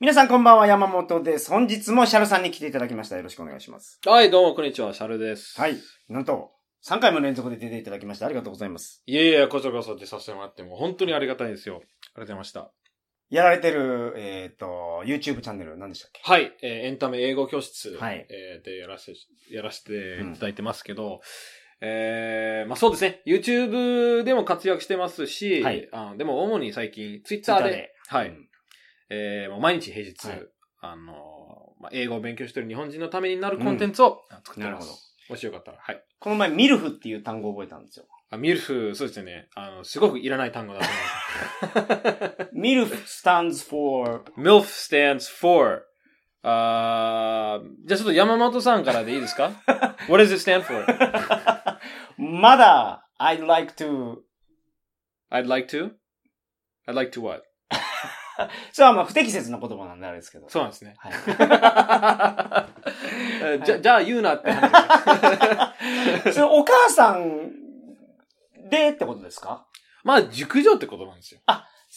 皆さんこんばんは、山本です。本日もシャルさんに来ていただきました。よろしくお願いします。はい、どうも、こんにちは、シャルです。はい。なんと、3回も連続で出ていただきましてありがとうございます。いえいえ、こそこそってさせてもらっても、本当にありがたいですよ。ありがとうございました。やられてる、えっ、と、YouTube チャンネル何でしたっけはい、えーエンタメ英語教室、はいえーでやらせて、やらせていただいてますけど、えーまあそうですね、YouTube でも活躍してますし、はいあでも主に最近、Twitter Twitter で、ではい、うんえーまあ毎日平日、はいあのー、まあ、英語を勉強してる日本人のためになるコンテンツを作ってなるまほす。ど。もしよかったら、はい。この前、ミルフっていう単語を覚えたんですよ。 あ、ミルフ、そうですね。あの、すごくいらない単語だと思います。ミルフ stands for, MILF stands for. あーじゃあちょっと山本さんからでいいです か ?What does it stand for?I'd mother, I like to, like to?I'd like to what? それはまあ不適切な言葉なんであれですけど。そうなん ですね。はい。えじゃ、じゃあ言うなって話。 それお母さんでってことですかまあ、熟女ってことなんですよ。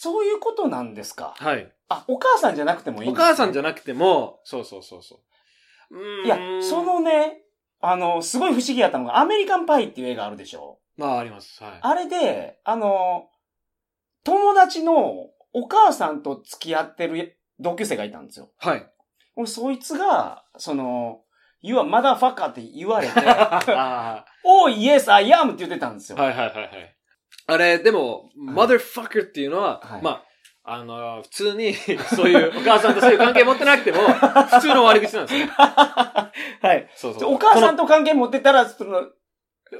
そういうことなんですかはい。あ、お母さんじゃなくてもいいお母さんじゃゃなくても、そうそうそうそう。うーんいや、そ、のね、あの、すごい不思議やったのが、アメリカンパイっていう映画あるでしょまあ、あります。はい。あれで、あの、友達のお母さんと付き合ってる同級生がいたんですよ。はい。俺、そいつが、その、You are motherfucker って言 われて、 あ Oh yes, I am って言ってたんですーよ。はいはいはいはい。あれ、でも、motherfucker っていうのは、はいまあ、あの、普通に、 そういう、お母さんとそういう関係持ってなくて も、普通の悪口なんですよ。 はい。そうそう。お母さんこと関係持ってたら、その、の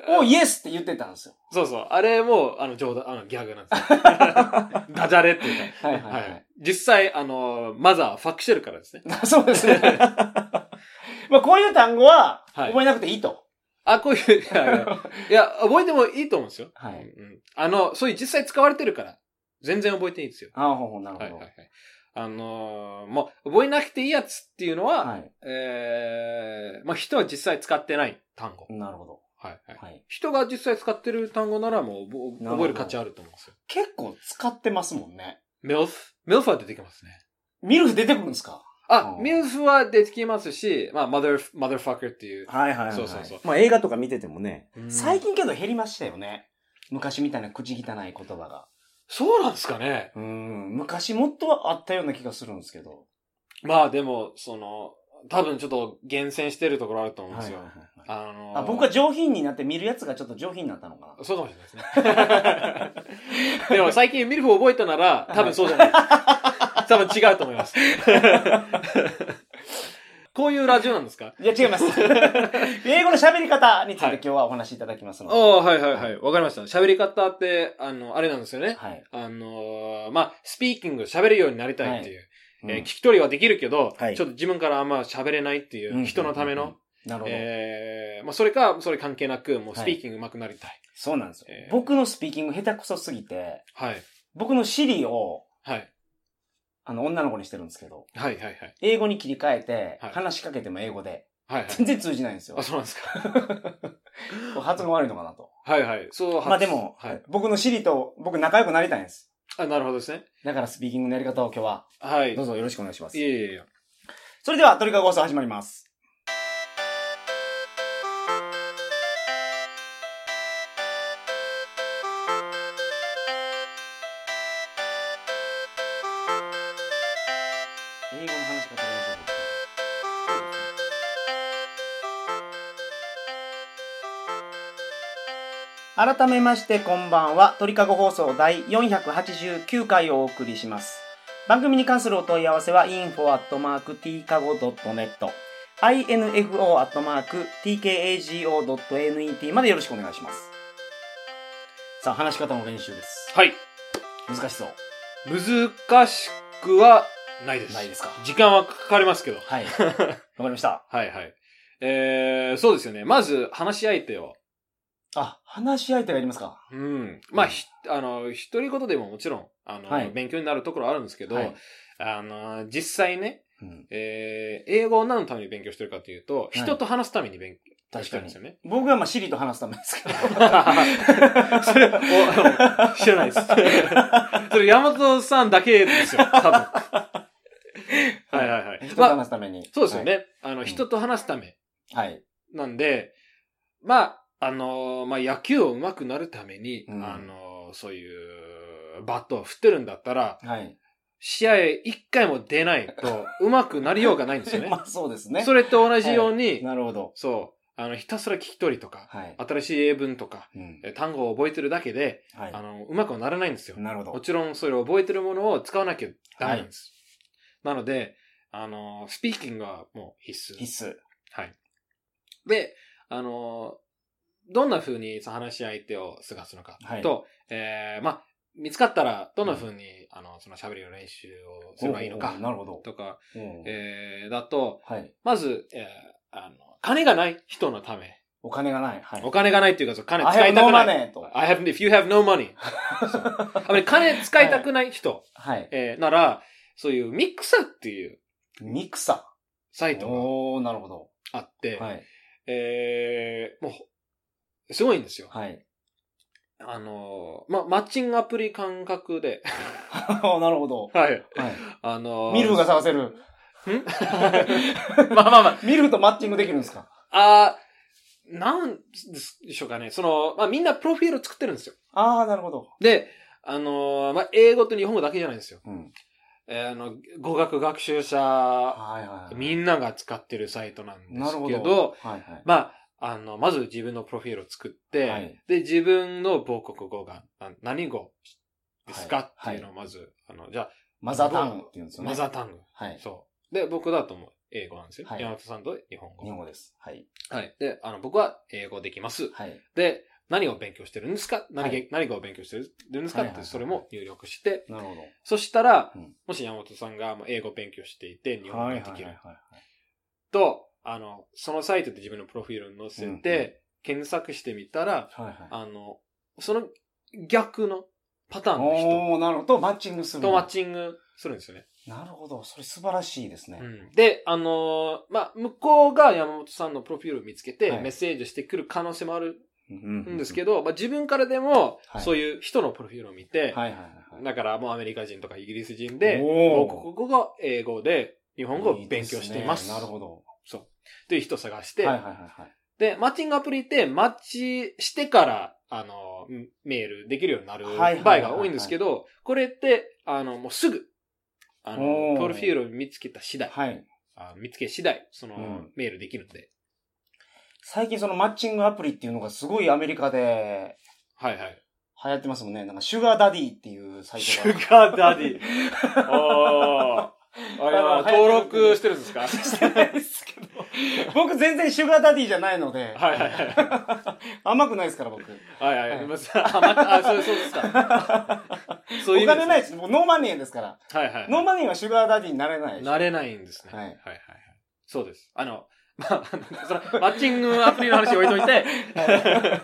Oh yes って言ってたんですよ。そうそう。あれも、あの、冗談、あの、ギャグなんですよ。 ダジャレっていうはいはか。いははいい。。実際、あの、マザー、ファックしてるからですね。 そうですね。まあ、こういう単語は、はい覚えなくていいと。あ、こういう、いや、いやい や覚えてもいいと思うんですよ。はうい。んあの、そういう実際使われてるから、全然覚えていいですよ。ああ、ほうほう、なるほはいはどいは。い。あのーもう、覚えなくていいやつっていうのは、はい。えー、まあ、人は実際使ってない単語。なるほど。はいはい。はい。人が実際使ってる単語ならもうぼなるほど覚える価値あると思うんですよ。結構使ってますもんね。 MILF? MILF は出てきますね。ミルフ出てくるんですかあ、うん MILF は出てきますし、まあ、mother, motherfucker っていう。はいはいはいそうそうそうまあ映画とか見ててもね、うん最近けど減りましたよね。昔みたいな口汚い言葉が。そうなんですかね。うん、昔もっとあったような気がするんですけど。まあでも、その、多分ちょっと厳選してるところあると思うんですよ。ああのーあ僕は上品になって見るやつがちょっと上品になったのかそうかもしれないですね。 でも最近ミルフを覚えたなら、多分そうじゃない。 多分違うと思います。こういうラジオなんですかな。いや、違 います。英語の喋り方についてはい今日はお話しいただきますのあで。あ、はいはいはい。わかりました。喋り方って、あの、あれなんですよね。はい。あのーまあ、スピーキング、喋るようになりたいっていうう。んえー聞き取りはできるけど、はいちょっと自分からあんま喋れないっていうんう人のためうんうのん、なるほど。えーまあ、それか、それ関係なく、もうスピーキング上手くなりたい。そうなんですよえ。ー僕のスピーキング下手くそすぎて、はい。僕のシリを、はい。あの、女の子にしてるんですけど、はいはいはい。英語に切り替えて、はい話しかけても英語で、はい、はい。 全然通じないんですよあ、。そうなんですか。 発音悪いのかなと。はいはい。そう、まあでも、はい。僕のシリと僕仲良くなりたいんです。あ、なるほどですね。だからスピーキングのやり方を今日は、はい。どうぞよろしくお願いしますい。えいえいえ。それでは、トリカゴ放送始まります。英語の話し方の情報改めましてこんばんは鳥かご放送第489回をお送りします番組に関するお問い合わせは info.tkago.net info.tkago.net までよろしくお願いしますさあ話し方の練習ですはい。難しそう難しくはないです。ないですか時間はかかりますけ ど。はいわかりましたはいはい。えー、そうですよね。まず、話し相手を。あ話し相手がいりますかうん。まあ、うんひ、あの、一人言でももちろん、あの、はい勉強になるところあるんですけど、はいあの、実際ね、うん、えー、英語を何のために勉強してるかというと、い人と話すために勉強確してかるんでにすよね。僕はまあシリと話すためですけど それは、お知ら ないです。それ、山本さんだけですよ、多分。人と話すために。そうですよ。ね。あの、人と話すためはい。なんで、まあ、あのーまあ、野球を上手くなるために、うんあのーそういう、バットを振ってるんだったら、はい。試合一回も出ないと、 上手くなりようがないんですよね。まあそうですね。それと同じように、なるほど。そう、あの、ひたすら聞き取りとか、はい。新しい英文とか、うん。え単語を覚えてるだけで、はいあ。の、うまくはならないんですよ。なるほもど。ちろん、それを覚えてるものを使わなきゃダメなんです。なので、あの、スピーキングはもう必須。必須。はい。で、あの、どんな風にその話し相手を探すのかはいと、えーまあ、見つかったら、どんな風に、あの、その喋りの練習をすればいいのおうかおう、なるほど。とか、うんえーだと、はい。まず、えーあの、金がない人のため、お金がない。はい。お金がないっていうか、そう金 I 使 have いた no くない。 money と。 I have, if you have no money. あまり金使いたくない人、はい。えーなら、そういうミクサっていうミクサ。サイトがおー、なるほど。あって、はい。えーもう、すごいんですよ。はい。あのー、ま、マッチングアプリ感覚で、おー なるほど。はい。 はい。あのー、ミルが探せる。ん まあまあまあ、ミルとマッチングできるんですかあーなんでしょうかね。その、まあみんなプロフィールを作ってるんですよ。あー、なるほど。で、あのー、まあ英語と日本語だけじゃないんですよ。うん。えーあの、語学学習者、はいはいはい。みんなが使ってるサイトなんですけなるほど、ど。はいはい。まあ、あの、まず自分のプロフィールを作って、はいで、自分の母国語がな何語ですか、はいっていうのをまず、あの、じゃあ、マザータングって言うんですよね。マザータング。はい。そう。で、僕だともう英語なんですよ。はい山本さんと日本語。日本語です。はい。はい。で、あの、僕は英語できます。はい。で、何を勉強してるんですか何,、はい何語を勉強してるんですかはいっはいはいて、それも入力して、なるほど。そしたら、うんもし山本さんがもう英語を勉強していて、日本語はがいではいはきいはるい。と、あの、そのサイトで自分のプロフィールに載せうんうんて、検索してみたら、はいはい。あの、その逆のパターンの人おー、なるほど。マッチングする。とマッチングするんですよね。なるほど。それ素晴らしいですね。うんで、あのーまあ、向こうが山本さんのプロフィールを見つけて、はいメッセージしてくる可能性もあるうんんですけど、まあ、自分からでもは、いそういう人のプロフィールを見て、はいはいはいはい。だからもうアメリカ人とかイギリス人で、おー母国語が英語で、日本語を勉強していまいす。いでねなるほど。っていう人を探しはて、いはいはいはい。で、マッチングアプリって、マッチしてから、あの、んメールできるようになるはいはいはいはい場合が多いんですけど、これって、あの、もうすぐ、おあの、ープロフィールを見つけた次第、はい。あ見つけ次第、その、うんメールできるんで。最近そのマッチングアプリっていうのがすごいアメリカではいはい。流行ってますもんね。なんかシュガーダディっていうサイシトが。ュガーダ ディ。おー。あれあはの登録してるんです かしてないですけど。 僕全然シュガーダディじゃないので。はいはいはい。 甘くないですから僕。はいははいい。まああ、また、あ、そうそうですか。お そういう意味金ないでです。僕ノーマネーですから。す。はいはい。ノーマネーはシュガーダディになれないです。なれないんですね。はいはいはいはい。そうです。あの、 まあ、そのマッチングアプリの話置いといて、は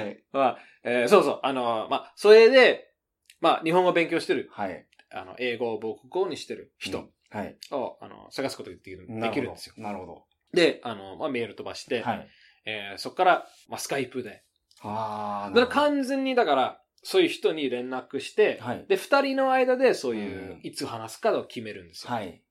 い。 まあ、えーそうそう、あの、まあ、それで、まあ、日本語を勉強してる、はい。あの、英語を母国語にしてるう人ん。はい。を、あの、探すことができる、なほでどきるんですよ。。なるほど。で、あの、まあ、メール飛ばして、はい。えーそこから、まあ、スカイプで。あーなるだからほど完全に、だから、そういう人に連絡して、はい。で、二人の間でそういうう、んいつ話すかを決めるんですよ。はい。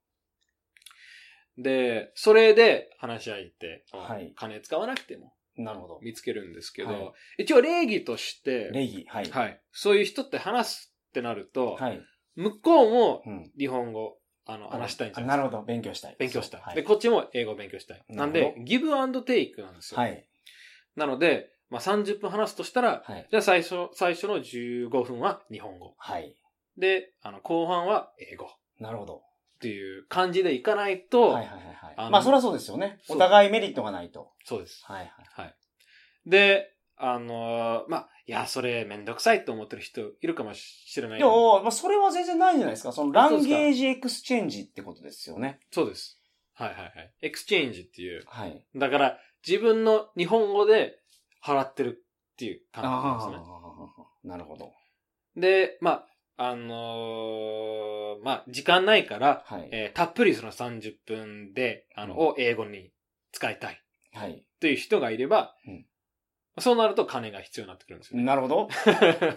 で、それで話し合いって、はい金使わなくてもなるほど。見つけるんですけど、はい一応礼儀として、礼儀。はい。はい、そういう人って話すってなると、はい。向こうもうん。日本語あの話したいんじゃあないなですか。るほど。勉強したい。勉強したい、はいで、。こっちも英語を勉強したい。ななるんほどで、ギブアンドテイクなんですよ。はい。なので、まあ、30分話すとしたら、はい。じゃあ最初、最初の15分は日本語。はい。で、あの、後半は英語っなるほど。ていう感じでいかないと、はいはいはいあはい。のまあ、そりゃそうですよね。そおう互いメリットがないと。そうです。はいはい。で、あのーまあ、いや、それめんどくさいと思ってる人いるかもしれな。はいい。でも、まあ、それは全然ないじゃないですか。その、ランゲージエクスチェンジってことですよね。そうです。はいはいはい。エクスチェンジっていう。はい。だから、自分の日本語で払ってるっていう感じなんですね。ああ、なるほど。で、まあ、あのーまあ、時間ないから、はい。えーたっぷりその30分で、あの、うんを英語に使いたいはい。という人がいれば、うんそうなると金が必要になってくるんですよね。なるほ ど。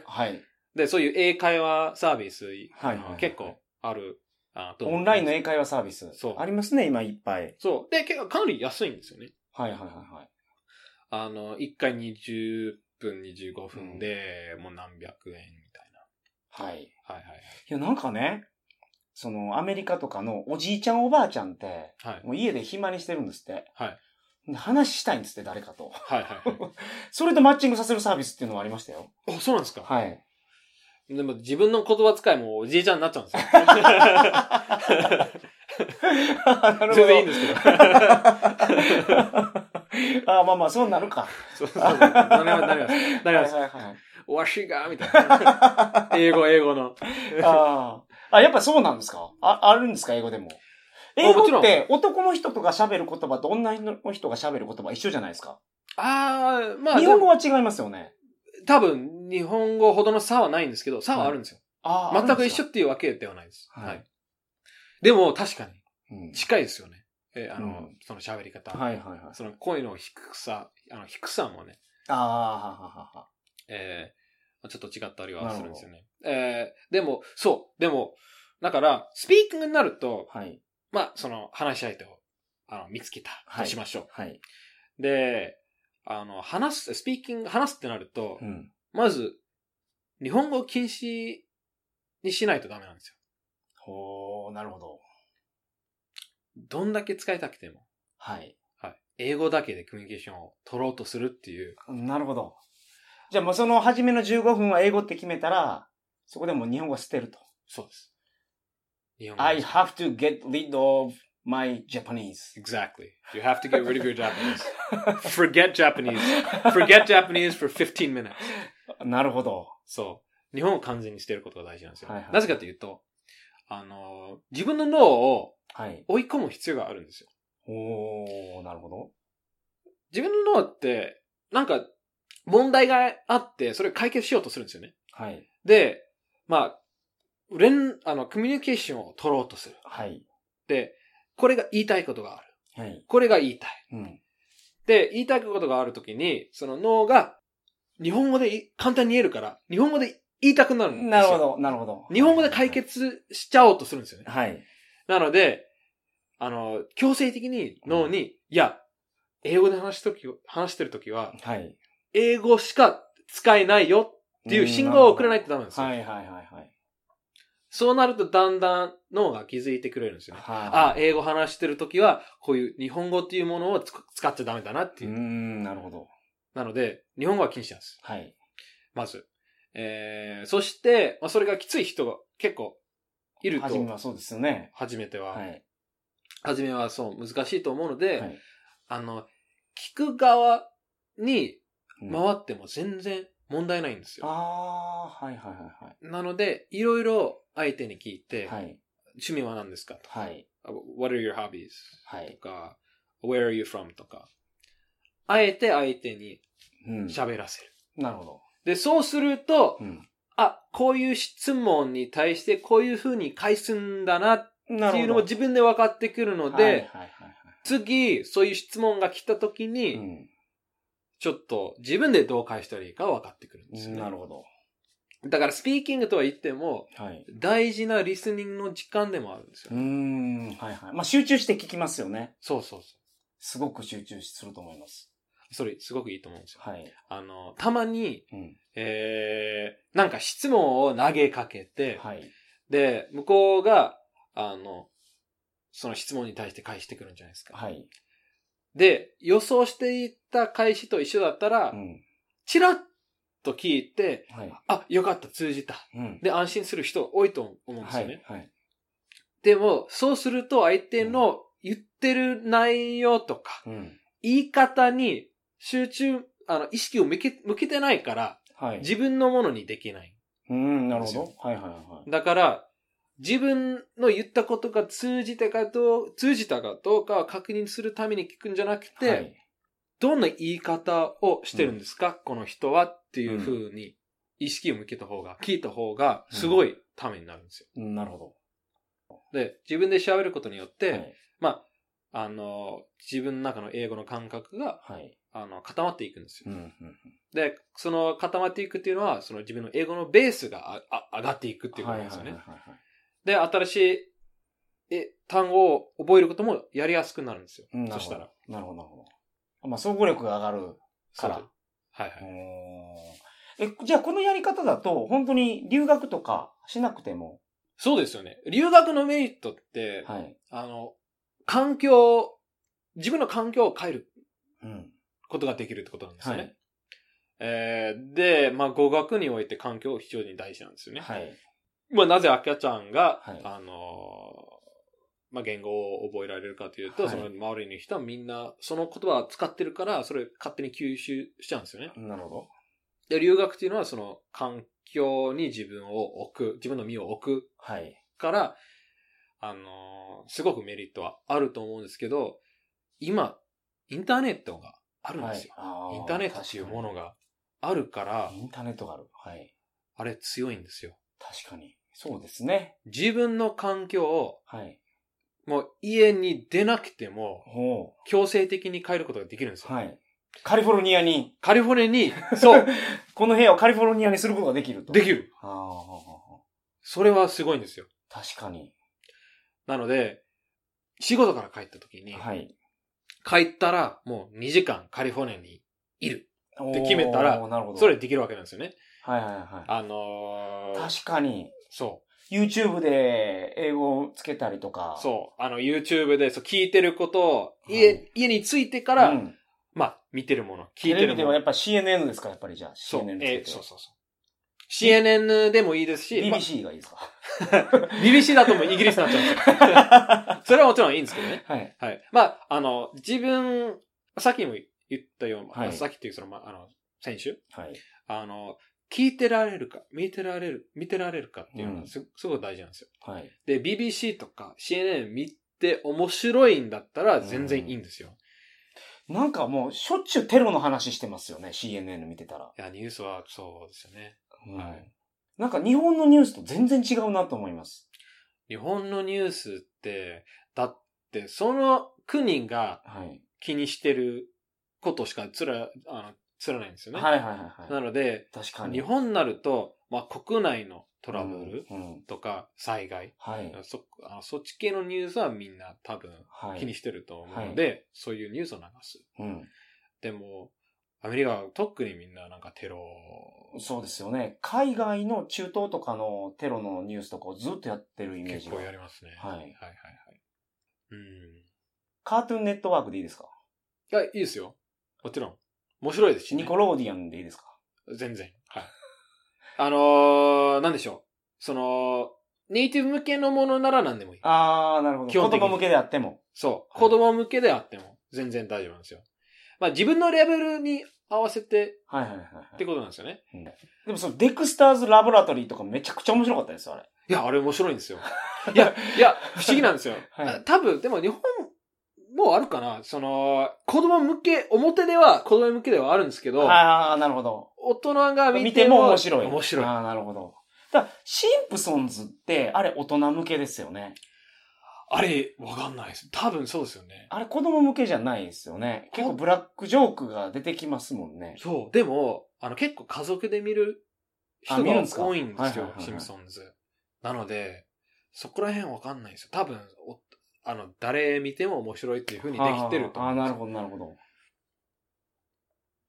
はい。で、そういう英会話サービス、はいはいはい結構ある、あとオンラインの英会話サービス。そうありますね、今いっぱい。そう。で、結構かなり安いんですよね。はいはいはいはい。あの、1回20分、25分で、もう何百円みたいはい。いな。はいはいや、なんかね、その、アメリカとかのおじいちゃんおばあちゃんって、 はい。はい。もう家で暇にしてるんですって。はい。で話したいんですって、誰かと。はいはいはそれとマッチングさせるサービスっていうのもありましたよ。い。あ、そうなんですか、 はい。でも自分の言葉遣いもおじいちゃんになっちゃう んですよ。なるほど全然いいんですけど。 あまあまあ、そうなるか。そうそうそう。なります、なりはます。なりいまはいす。はい。わしが、みたいな。 英語、英語の。あーあ、やっぱそうなんですかあ、あるんですか英語でも。英も語ちろっんて男の人とか喋る言葉と女の人が喋る言葉一緒じゃないですか。あー、まあ、日本語は違いますよね。多分、日本語ほどの差はないんですけど、差はあるんですよ。あ全く一緒緒。っていうわけではないです。はいはい。でも、確かに、うん近いですよね。え、あうの、その喋り方。はいはいはい。その声の低さ、あの、低さもね、ああ、えー、ちょっと違ったりはするんですよね。えー、でも、そう、でも、だから、スピーキングになると、はい。まあ、その、話し相手を、あの、見つけたとしましょう。はい。で、あの、話す、スピーキング、話すってなると、うん。まず、日本語を禁止にしないとダメなんですよ。ほー、なるほど。どんだけ使いたくても。はい。はい。英語だけでコミュニケーションを取ろうとするっていう。なるほど。じゃあもうその初めの15分は英語って決めたら、そこでもう日本語は捨てると。そうです。日本語。 I have to get rid of my Japanese. Exactly. You have to get rid of your Japanese. Forget Japanese. Forget Japanese for 15 minutes. なるほど。そう。日本を完全に捨てることが大事なんですよ。はいはいなぜかというと、あの、自分の脳をはい。追い込む必要があるんですよ。おー、なるほど。自分の脳って、なんか、問題があって、それを解決しようとするんですよね。はい。で、まあ、連、あの、コミュニケーションを取ろうとする。はい。で、これが言いたいことがある。はい。これが言いたい。うん。で、言いたいことがあるときに、その脳が、日本語でい簡単に言えるから、日本語で言いたくなるんですよ。なるほ。ど、なるほど。日本語で解。決しちゃおうとするんですよね。はい。なので、あの、強制的に脳に、いや、英語で話しとき、話してるときは、はい。英語しか使えないよっていう信号を送らないと。とダメなんですよ。はいはいはいはい。そうなるとだんだん脳が気づいてくれるんですよね。あは、英語話してるときは、こういう日本語っていうものをつ使っちゃダメだなってい。ういーう。ん、なるほど。なので、日本語は禁止なんです。はい。まず。えー、そして、まあ、それがきつい人が結構いると、初めはそうですよね。初めては、はい。初めはそう、難しいと思うので、はいあの、聞く側にうん回っても全然問題ないんですよ。あー、はいはいはなので、いろいろ相手に聞いて、いはい。はい。趣味は何ですかとか、はい。 What are your hobbies? はとい。か、Where are you from? とか、あえて相手にうん。喋らせる。なるほど。で、そうするとう、ん。あ、こういう質問に対してこういう風に返すんだなっなていうのも自分で分かってくるので、はいはいはい次、そういう質問が来た時はい。に、うんちょっと自分でどう返したらいいか分かってくるんですよね。なるほど。だからスピーキングとは言っても、はい。大事なリスニングの時間でもあるんですよ。うーん、はいはい。まあ集中して聞きますよね。そうそうそすごく集中すると思います。う。それ、すごくいいと思うんですよ。はい。あの、たまに、うん。えー、なんか質問を投げかけて、はい。で、向こうが、あの、その質問に対して返してくるんじゃないですか。はい。で、予想していた返しと一緒だったら、うん。チラッと聞いて、はい。あ、よかった、通じた。うん。で、安心する人多いと思うんですはよね。い。はい。でも、そうすると相手の言ってる内容とか、うん。言い方に集中、あの、意識を向け、向けてないから、はい。自分のものにできない。うん、なるほど。はいはいはだから、自分の言ったことが通じたかどう、通じたかどうかを確認するために聞くんじゃなくい。て、はい、どんな言い方をしてるんですか、この人はっていう風に意識を向けた方が、聞いた方が、すごいためになるんですよ。うんなるほで、自分で調べることによって、ど。はい。まあ、あの、自分の中の英語の感覚が、はい。あの、固まっていくんですうよ。ん。うんで、その固まっていくっていうのは、その自分の英語のベースがああ上がっていくっていうことなんですよね。はいはいはいはいで、新しいえ、単語を覚えることもやりやすくなるんですよ。うんなるそほどしたら。なるほど、なるほど。まあ、総合力が上がるから。そうはいはい。おーえ、じゃあこのやり方だと、本当に留学とかしなくても。そうですよね。留学のメリットって、はい。あの、環境、自分の環境を変えるうん。ことができるってことなんですよね。はいえーで、まあ、語学において環境非常に大事なんですよね。はい。まあ、なぜ赤ちゃんが、はいあのーまあ、言語を覚えられるかというと、はいその周りの人はみんなその言葉を使ってるから、それ勝手に吸収しちゃうんですよね。なるほど。で、留学っていうのはその環境に自分を置く、自分の身を置くはい。から、あのーすごくメリットはあると思うんですけど、今、インターネットがあるんですよ。はいインターネットっていうものがあるからあ、ーインターネットがある。はい。あれ強いんですよ。確かに。そうですね。自分の環境を、はい。もう家に出なくても、ほ強制的に変えることができるんですう。よ。はい。カリフォルニアに、カリフォルニア に、そう、この部屋をカリフォルニアにすることができると。でききる。あーはあはあはそれはすごいんですよ。あ確かに。なので、仕事から帰った時に、はい。帰ったらもう2時間カリフォルニアにいる。で決めたらなるほど。それ、できるわけなんですよね。はいはいはあのい。ー、確かに。そ YouTube で英語をつけたりとかう、。そう、あの YouTube でそう聞いてることを、はい家、家に着いてかうら、んまあ見てるもの、聞テいてレるビでもはやのっ。ぱ CNN ですかやっぱりじゃあ。そう CNN、えーつけそうて。そうそう。CNN でもいいですし、まあ BBC がいいですか BBC だともうイギリスになっちゃうんですよ。 それはもちろんいいんですけどね。はい。はい。まあ、あの、自分、さっきも言ったように、はいさっきっていうその、まあ、あの、選手はい。あの、聞いてられるか、見てられる、見てられるかっていうのうんがす,、すごく大事なんですよ。はい。で、BBC とか CNN 見て面白いんだったらうん全然いいんですよ。なんかもう、しょっちゅうテロの話してますよね、CNN 見てたら。いや、ニュースはそうですよね。うんはいなんか日本のニュースと全然違うなと思います。日本のニュースって、だって、その国がはい。気にしてることしかつら、あの、つらないんですよね。はいはいはいは。ないので、確かに。日本になると、まあ、国内のトラブルうん。うんとか災害、はい。そあのそっち系のニュースはみんな多分はい。気にしてると思うので、そういうニュースを流す。うん。でも、アメリカは特にみんななんかテロそうですよね。海外の中東とかのテロのニュースとかをずっとやってるイメージ結が構。やりますね。はいはいはいはい。うん。カートゥーンネットワークでいいですかいや、いいですよ。もちろん。面白いですし、ねニ。コローディアンでいいですか全然。 はい。あのー、なんでしょう。その、ネイティブ向けのものなら何でもいい。あー、なるほど。基言本的に葉向けであっても。そう。はい子供向けであっても全然大丈夫なんですよ。まあ自分のレベルに合わせてはいはいはいっはてい。ことなんですよね。でもその、デクスターズ・ラボラトリーとかめちゃくちゃ面白かったですよ、あれ。いや、あれ面白いんですよ。いや、いや、不思議なんですよ。 はいあ多分、でも日本もあるかな。その、子供向け、表では子供向けではあるんですけど、あー、なるほど。大人が見見ててもも面白い。面白い。ああ、なるほど。だからシンプソンズって、あれ大人向けですよね。あれ、わかんないです。多分そうですよね。あれ子供向けじゃないですよね。結構ブラックジョークが出てきますもんね。そう。でも、あの、結構家族で見るあ人見るがんですか多いんですはいはいはいよは、いシンプソンズ。なので、そこら辺わかんないですよ。多分、おあの、誰見ても面白いっていう風にできてるとあ思あ、う。なるほど、なるほど。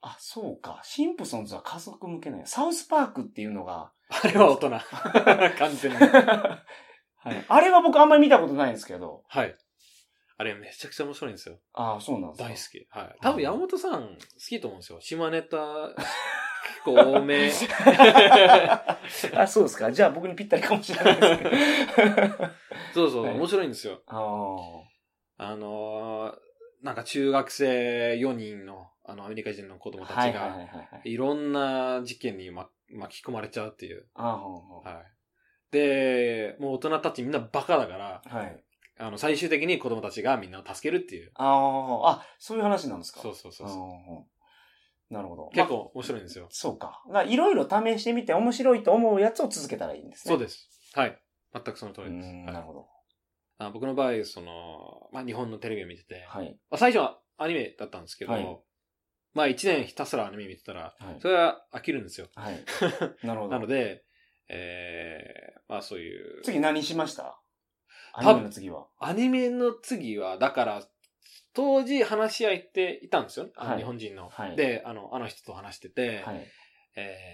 あ、そうか。シンプソンズは家族向けね。サウスパークっていうのが、 あれは大人。完全に。はい、あれは僕あんまり見たことないんですけど。はい。あれめちゃくちゃ面白いんですよ。ああ、そうなんですか。大好き。はい。多分山本さん好きと思うんですよ。島ネタ、結構多め。 あ、そうですか。じゃあ僕にぴったりかもしれないですけど。そうそう、はい面白いんですよ。 ああ。あのーなんか中学生4人の、あの、アメリカ人の子供たちが、はいいはいはいはい。ろんな事件に、ま、巻き込まれちゃうっていう。ああ、ほうほはい。で、もう大人たちみんなバカだから、うはい。あの、最終的に子供たちがみんなを助けるっていう。ああ、あ、そういう話なんですか。そうそうそうそう。うんなるほど。結まあ構面白いんですよ。そうか。だからいろいろ試してみて面白いと思うやつを続けたらいいんですね。そうでです。はい。全くその通りです。ん、はいなるほど。あ僕の場合、その、まあ、日本のテレビを見てて、はい。まあ、最初はアニメだったんですけど、はいまあ一年ひたすらアニメ見てたら、はいそ。れは飽きるんですよ。 はい、なるほど。なので、えー、まあそういう、次何しましたアニメの次は。アニメの次は、だから、当時話し合いっていたんですよね。あのはい日本人の、はいで、あの、あの人と話してて、はい。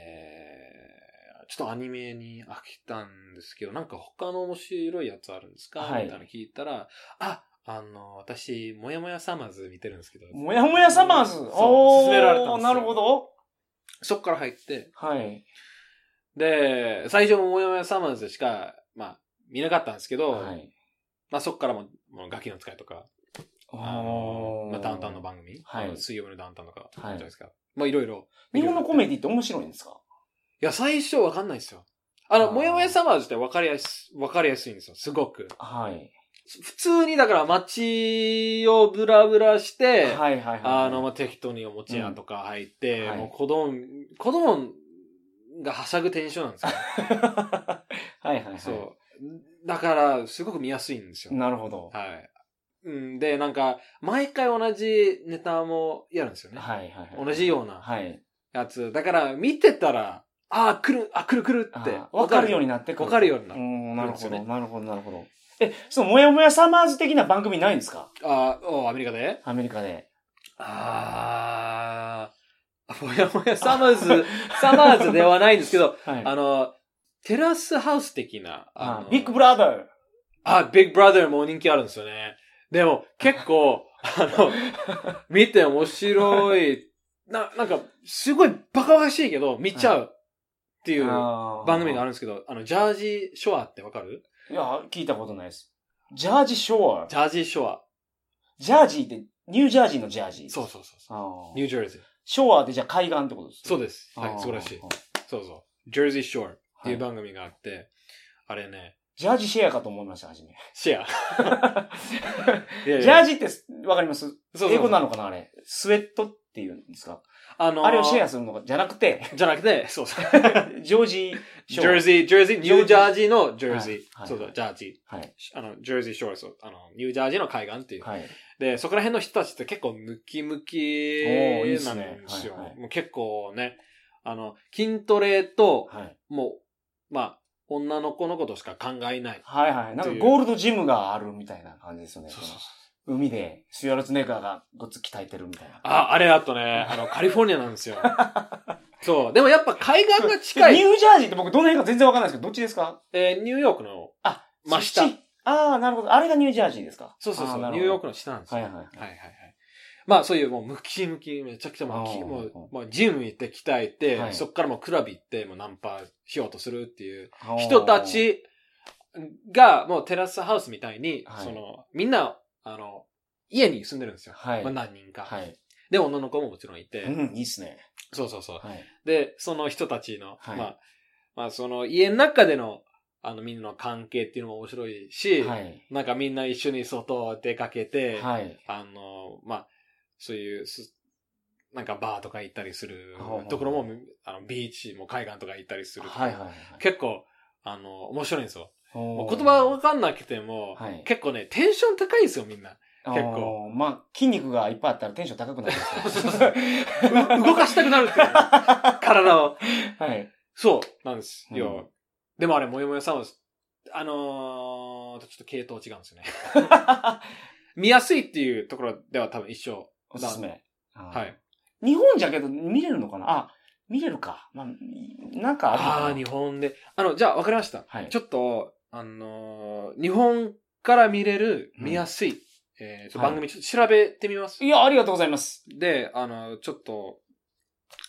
えーちょっとアニメに飽きたんですけど、なんか他の面白いやつあるんですか、はいみたいなの聞いたら、あ、あの、私、もやもやサマーズ見てるんですけど。もやもやサマーズそう、勧められたんですなよ。るほ。ど。そっから入って、はい。で、最初ももやもやサマーズしか、まあ、見なかったんですけど、はい。まあそっからも、もうガキの使いとか、あのおーまあ、ダウンタウンの番組、はいあの水曜日のダウンタウンとか、はいじゃないですか。まあいろいろ。日本のコメディディって面白いんですかいや、最初わかんないですよ。あの、あーもやもやサマーズってわかりやす、わかりやすいんですよ。すごく。はい。普通にだから街をブラブラして、はいはいはい。あの、まあ、適当におもちゃとか入って、うんはいもう子供、子供がはしゃぐテンションなんですよ。 はいはいはい。そう。だから、すごく見やすいんですよ。なるほど。はい。うん、で、なんか、毎回同じネタもやるんですよね。はいはいはい。同じようなはい。やつ。だから、見てたら、ああ、来る、あ、来る来るあっーて。わかるようになってくわかるようになるんなるほそうど、ですよねなるほど、なるほど。え、その、もやもやサマーズ的な番組ないんですかああ、おアメリカでアメリカで。ああ、もやもやサマーズ、サマーズではないんです けど、はい。あの、テラスハウス的な。ああのビッグブラザー。あ、ビッグブラザーも人気あるんですよね。でも、結構、あ の、見て面白い。な、なんか、すごいバカバカしいけど、見ちゃうっていう番番組がある。るんですけど、あの、ジャージーショアってわかるいや、聞いたことないです。ジャージショアジ。ャージーショア。ジャージーって、ニュージャージーのジャージー。そうそうそうそあう。ーニュージャージー。ショアでじゃあ海岸ってことですそうでです。はい、素晴らしい。。そうそう。ジャージーショアっていう番組があって、あれね、ジャージシェアかと思いました、初め。シェア。いやいやジャージってす、わかりますそうそうそう英語なのかなあれ。スウェットっていうんですかあのーあれをシェアするのかじゃなく て、じゃなくて、そうそう。ジョージジショアャージー、ジャージー、ニュージャージーのジャージはいはー。いそうそう、ジャージー。はい。あの、ジャージーショア、そう、あの、ニュージャージーの海岸っていう。はい。で、そこら辺の人たちって結構ムキムキーいいっなすんねですよ。はいはいもう結構ね、あの、筋トレと、はい。もう、まあ、女の子のことしか考えない。はいはい。なんとかいうゴールドジムがあるみたいな感じですよね。そうそうそう。この海で、シュワルツェネッガーがごっつ鍛えてるみたいな。あ、あれあとね、あの、カリフォルニアなんで すよ。そう。でもやっぱ海岸が近ニい。ュージャージーって僕どの辺か全然わかんないですけど、どっちですかえーニューヨークの、あ、真下そっち。ああ、なるほど。あれがニュージャージーですかそうそうそあう、なるニほューどヨークの下なんですよ。はいはいはいはいはいはいまあそういうもうムキムキ、めちゃくちゃもうあきーもはいうはい、もうジム行って鍛えて、はいそっからもうクラブ行って、もうナンパしようとするっていう人た。ちが、もうテラスハウスみたいに、はいその、みんな、あの、家に住んでるんですよ。はいまあ何人か。はい。で、女の子ももちろんいて、うん、いいっすね。そうそうそう。はい。で、その人たちの、はいまあ、まあ、その家の中での、あの、みんなの関係っていうのも面白いし、はい。なんかみんな一緒に外出かけて、はい。あの、まあ、そういうす、なんかバーとか行ったりするほうほうところも、あのビーチも海岸とか行ったりする。はいはいはい。結構、あの、面白いんですよ。もおうー言葉わかんなくても、はい結構ね、テンション高いですよ、みんな。結構おー。まあ、筋肉がいっぱいあったらテンション高くなりますそうそうそねう動かしたくな るっていう。体を。はい。そう、なんですよ。うんでもあれ、もよもよさんは、あのー、ちょっと系統違うんですよね。見やすいっていうところでは多分一緒。おすすめ。ははい。。日本じゃけど見れるのかなあ、見れるか。まあ、なんかあるのかあなあー、日本で。あの、じゃあ、わかりました。はいちょっと、あのー日本から見れる、見やすい、えーちょっと番組、ちょっと調べてみます。いや、ありがとうございます。で、あの、ちょっと、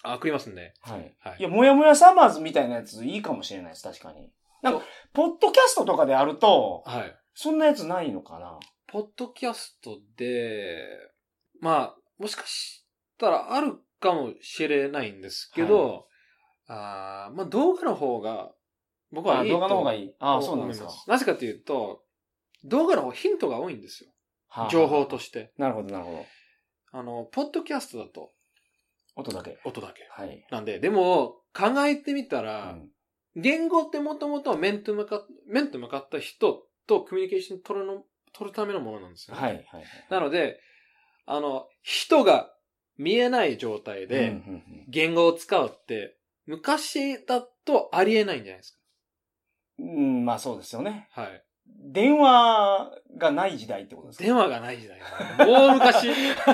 あ、送りますんで。はい。はい。いや、もやもやサマーズみたいなやついいかもしれないです、確かに。なんかそ、ポッドキャストとかであると、はい。そんなやつないのかなポッドキャストで、まあ、もしかしたらあるかもしれないんですけど、ああまあ動画の方が、僕はあいい動画の方がいいい。ああ、そうなんですか。なぜかというと、動画の方ヒントが多いんですよ。はあ情報と。して。なるほど、なるほど。あの、ポッドキャストだと音だけ。音だけ。はい。なんで、でも、考えてみたうら、ん言語ってもともとは面と向か、面と向かった人とコミュニケーション取るの、取るためのものなんですよね。はい、はいはい。なので、あの、人が見えない状態うんで、うんうん言語を使うって、昔だとありえないんじゃないですうん、まあそうですよね。か。はい。電話がない時代ってことですか電話がない時代。大 昔、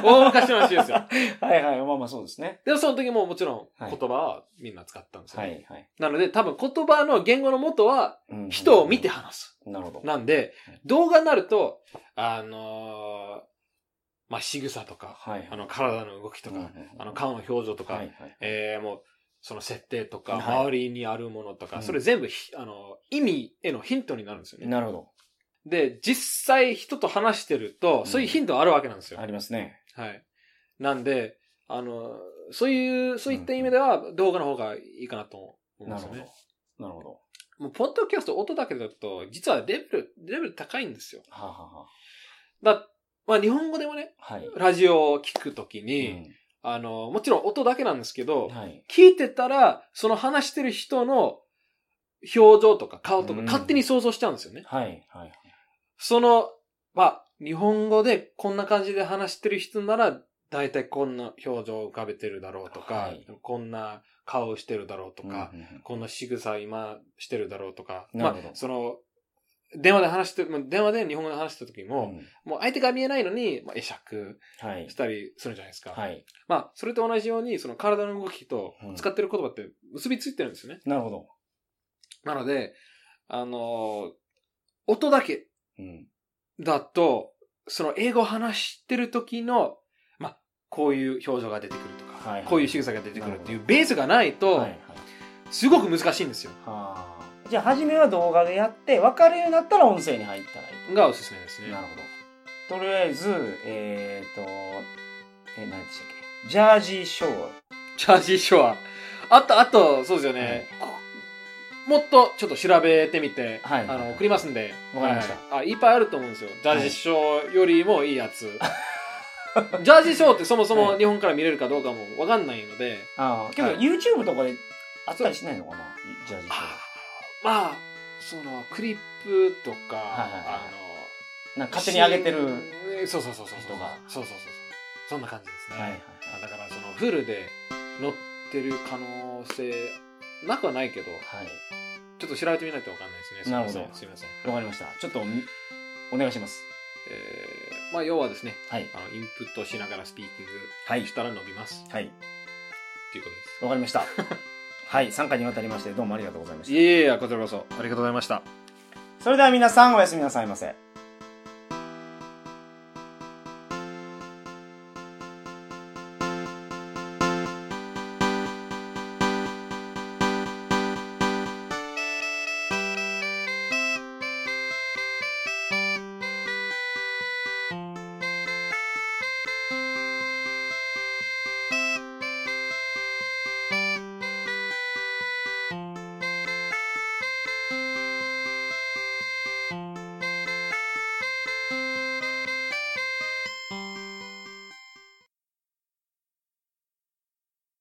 大昔の話ですよ。はいはい。まあまあそうですね。でもその時ももちろんはい言葉はみんな使ったんですよ、はねいはい。なので多分言葉の言語の元はうん人を見て。話す。なるほど。なんで、動画になると、あのーまあ、仕草とか、はいはい。あの、体の動きとか、うんうんうんあの、顔の表情とか、はいはい。えーもう、その設定とはか、い周りにあるものとうか、んそれ全部ひ、あの、意味へのヒントになるんですよね。なるほど。で、実際人と話してると、そういうヒントあるわけなんですよ。ありますね。はい。なんで、あの、そういう、そういった意味では動画の方がいいかなと思うんでなるすよほどね。。なるほど。はもう、ポッドキャスト音だけだと、実はレベル、レベル高いんですよ。あはあはだ、まあ日本語でもね、あはい。ラジオを聞くときに、あの、もちろん音だけなんですけうどん、はい。聞いてたら、その話してる人の表情とか顔とかうん勝手に想像しちゃうんですよね。はい。はい。その、まあ、日本語でこんな感じで話してる人なら、だいたいこんな表情を浮かべてるだろうとか、はいこんな顔をしてるだろうとか、うんうんうんこんな仕草を今してるだろうとか、なるほどまあ、その、電話で話して、まあ電話で日本語で話した時も、もう相手が見えないのに、まあ、会釈うんはいし。たりするじゃないですか。はい。まあ、それと同じように、その体の動きとうん使ってる言葉って結びついてるんですよね。なるほど。なので、あのー音だけうん。だと、その英語を話してる時の、まあ、こういう表情が出てくるとか、はいはいこういう仕草が出てくるっていなるうベースがないと、はい。はい。すごく難しいんですよ。はあ。じゃあ、初めは動画でやって、分かるようになったら音声に入ったらいい。がおすすめですねな。るほど。とりあえず、えっ、と、え、何でしたっけジャージーショー。チャージーショア。あと、あと、そうですよね。もっとちょっと調べてみて、はいあの、送りますんで。わかりましたはい。あ、いっぱいあると思うんですよ。ジャージーショーよりもいいやつ。 ジャージーショーってそもそはもい日本から見れるかどうかもわかんないので、ああ。けど、はい YouTube とかであったりしないのかなジャージーショまあ、その、クリップとか、はいはいはいあの、ー。なんか勝手に上げてる。はいる。そうそうそうそう。人がそうそうそうそう。そんな感じですね。はいはい。あだからそのフルで乗ってる可能性なくはないけどはい。ちょっと調べてみないとわかんないですねすいなまるほせどんすいません、わかりました。ちょっとみ、お願いします。えーまあ要はですねはい。あのインプットしながらスピーキンはグ。したら伸びますはい。っていうことですわかりま した。はい。3回にわたりまして、どうもありがとうございましいた。えいえこちらこそありがとうございましたそれでは皆さん、おやすみなさいませ。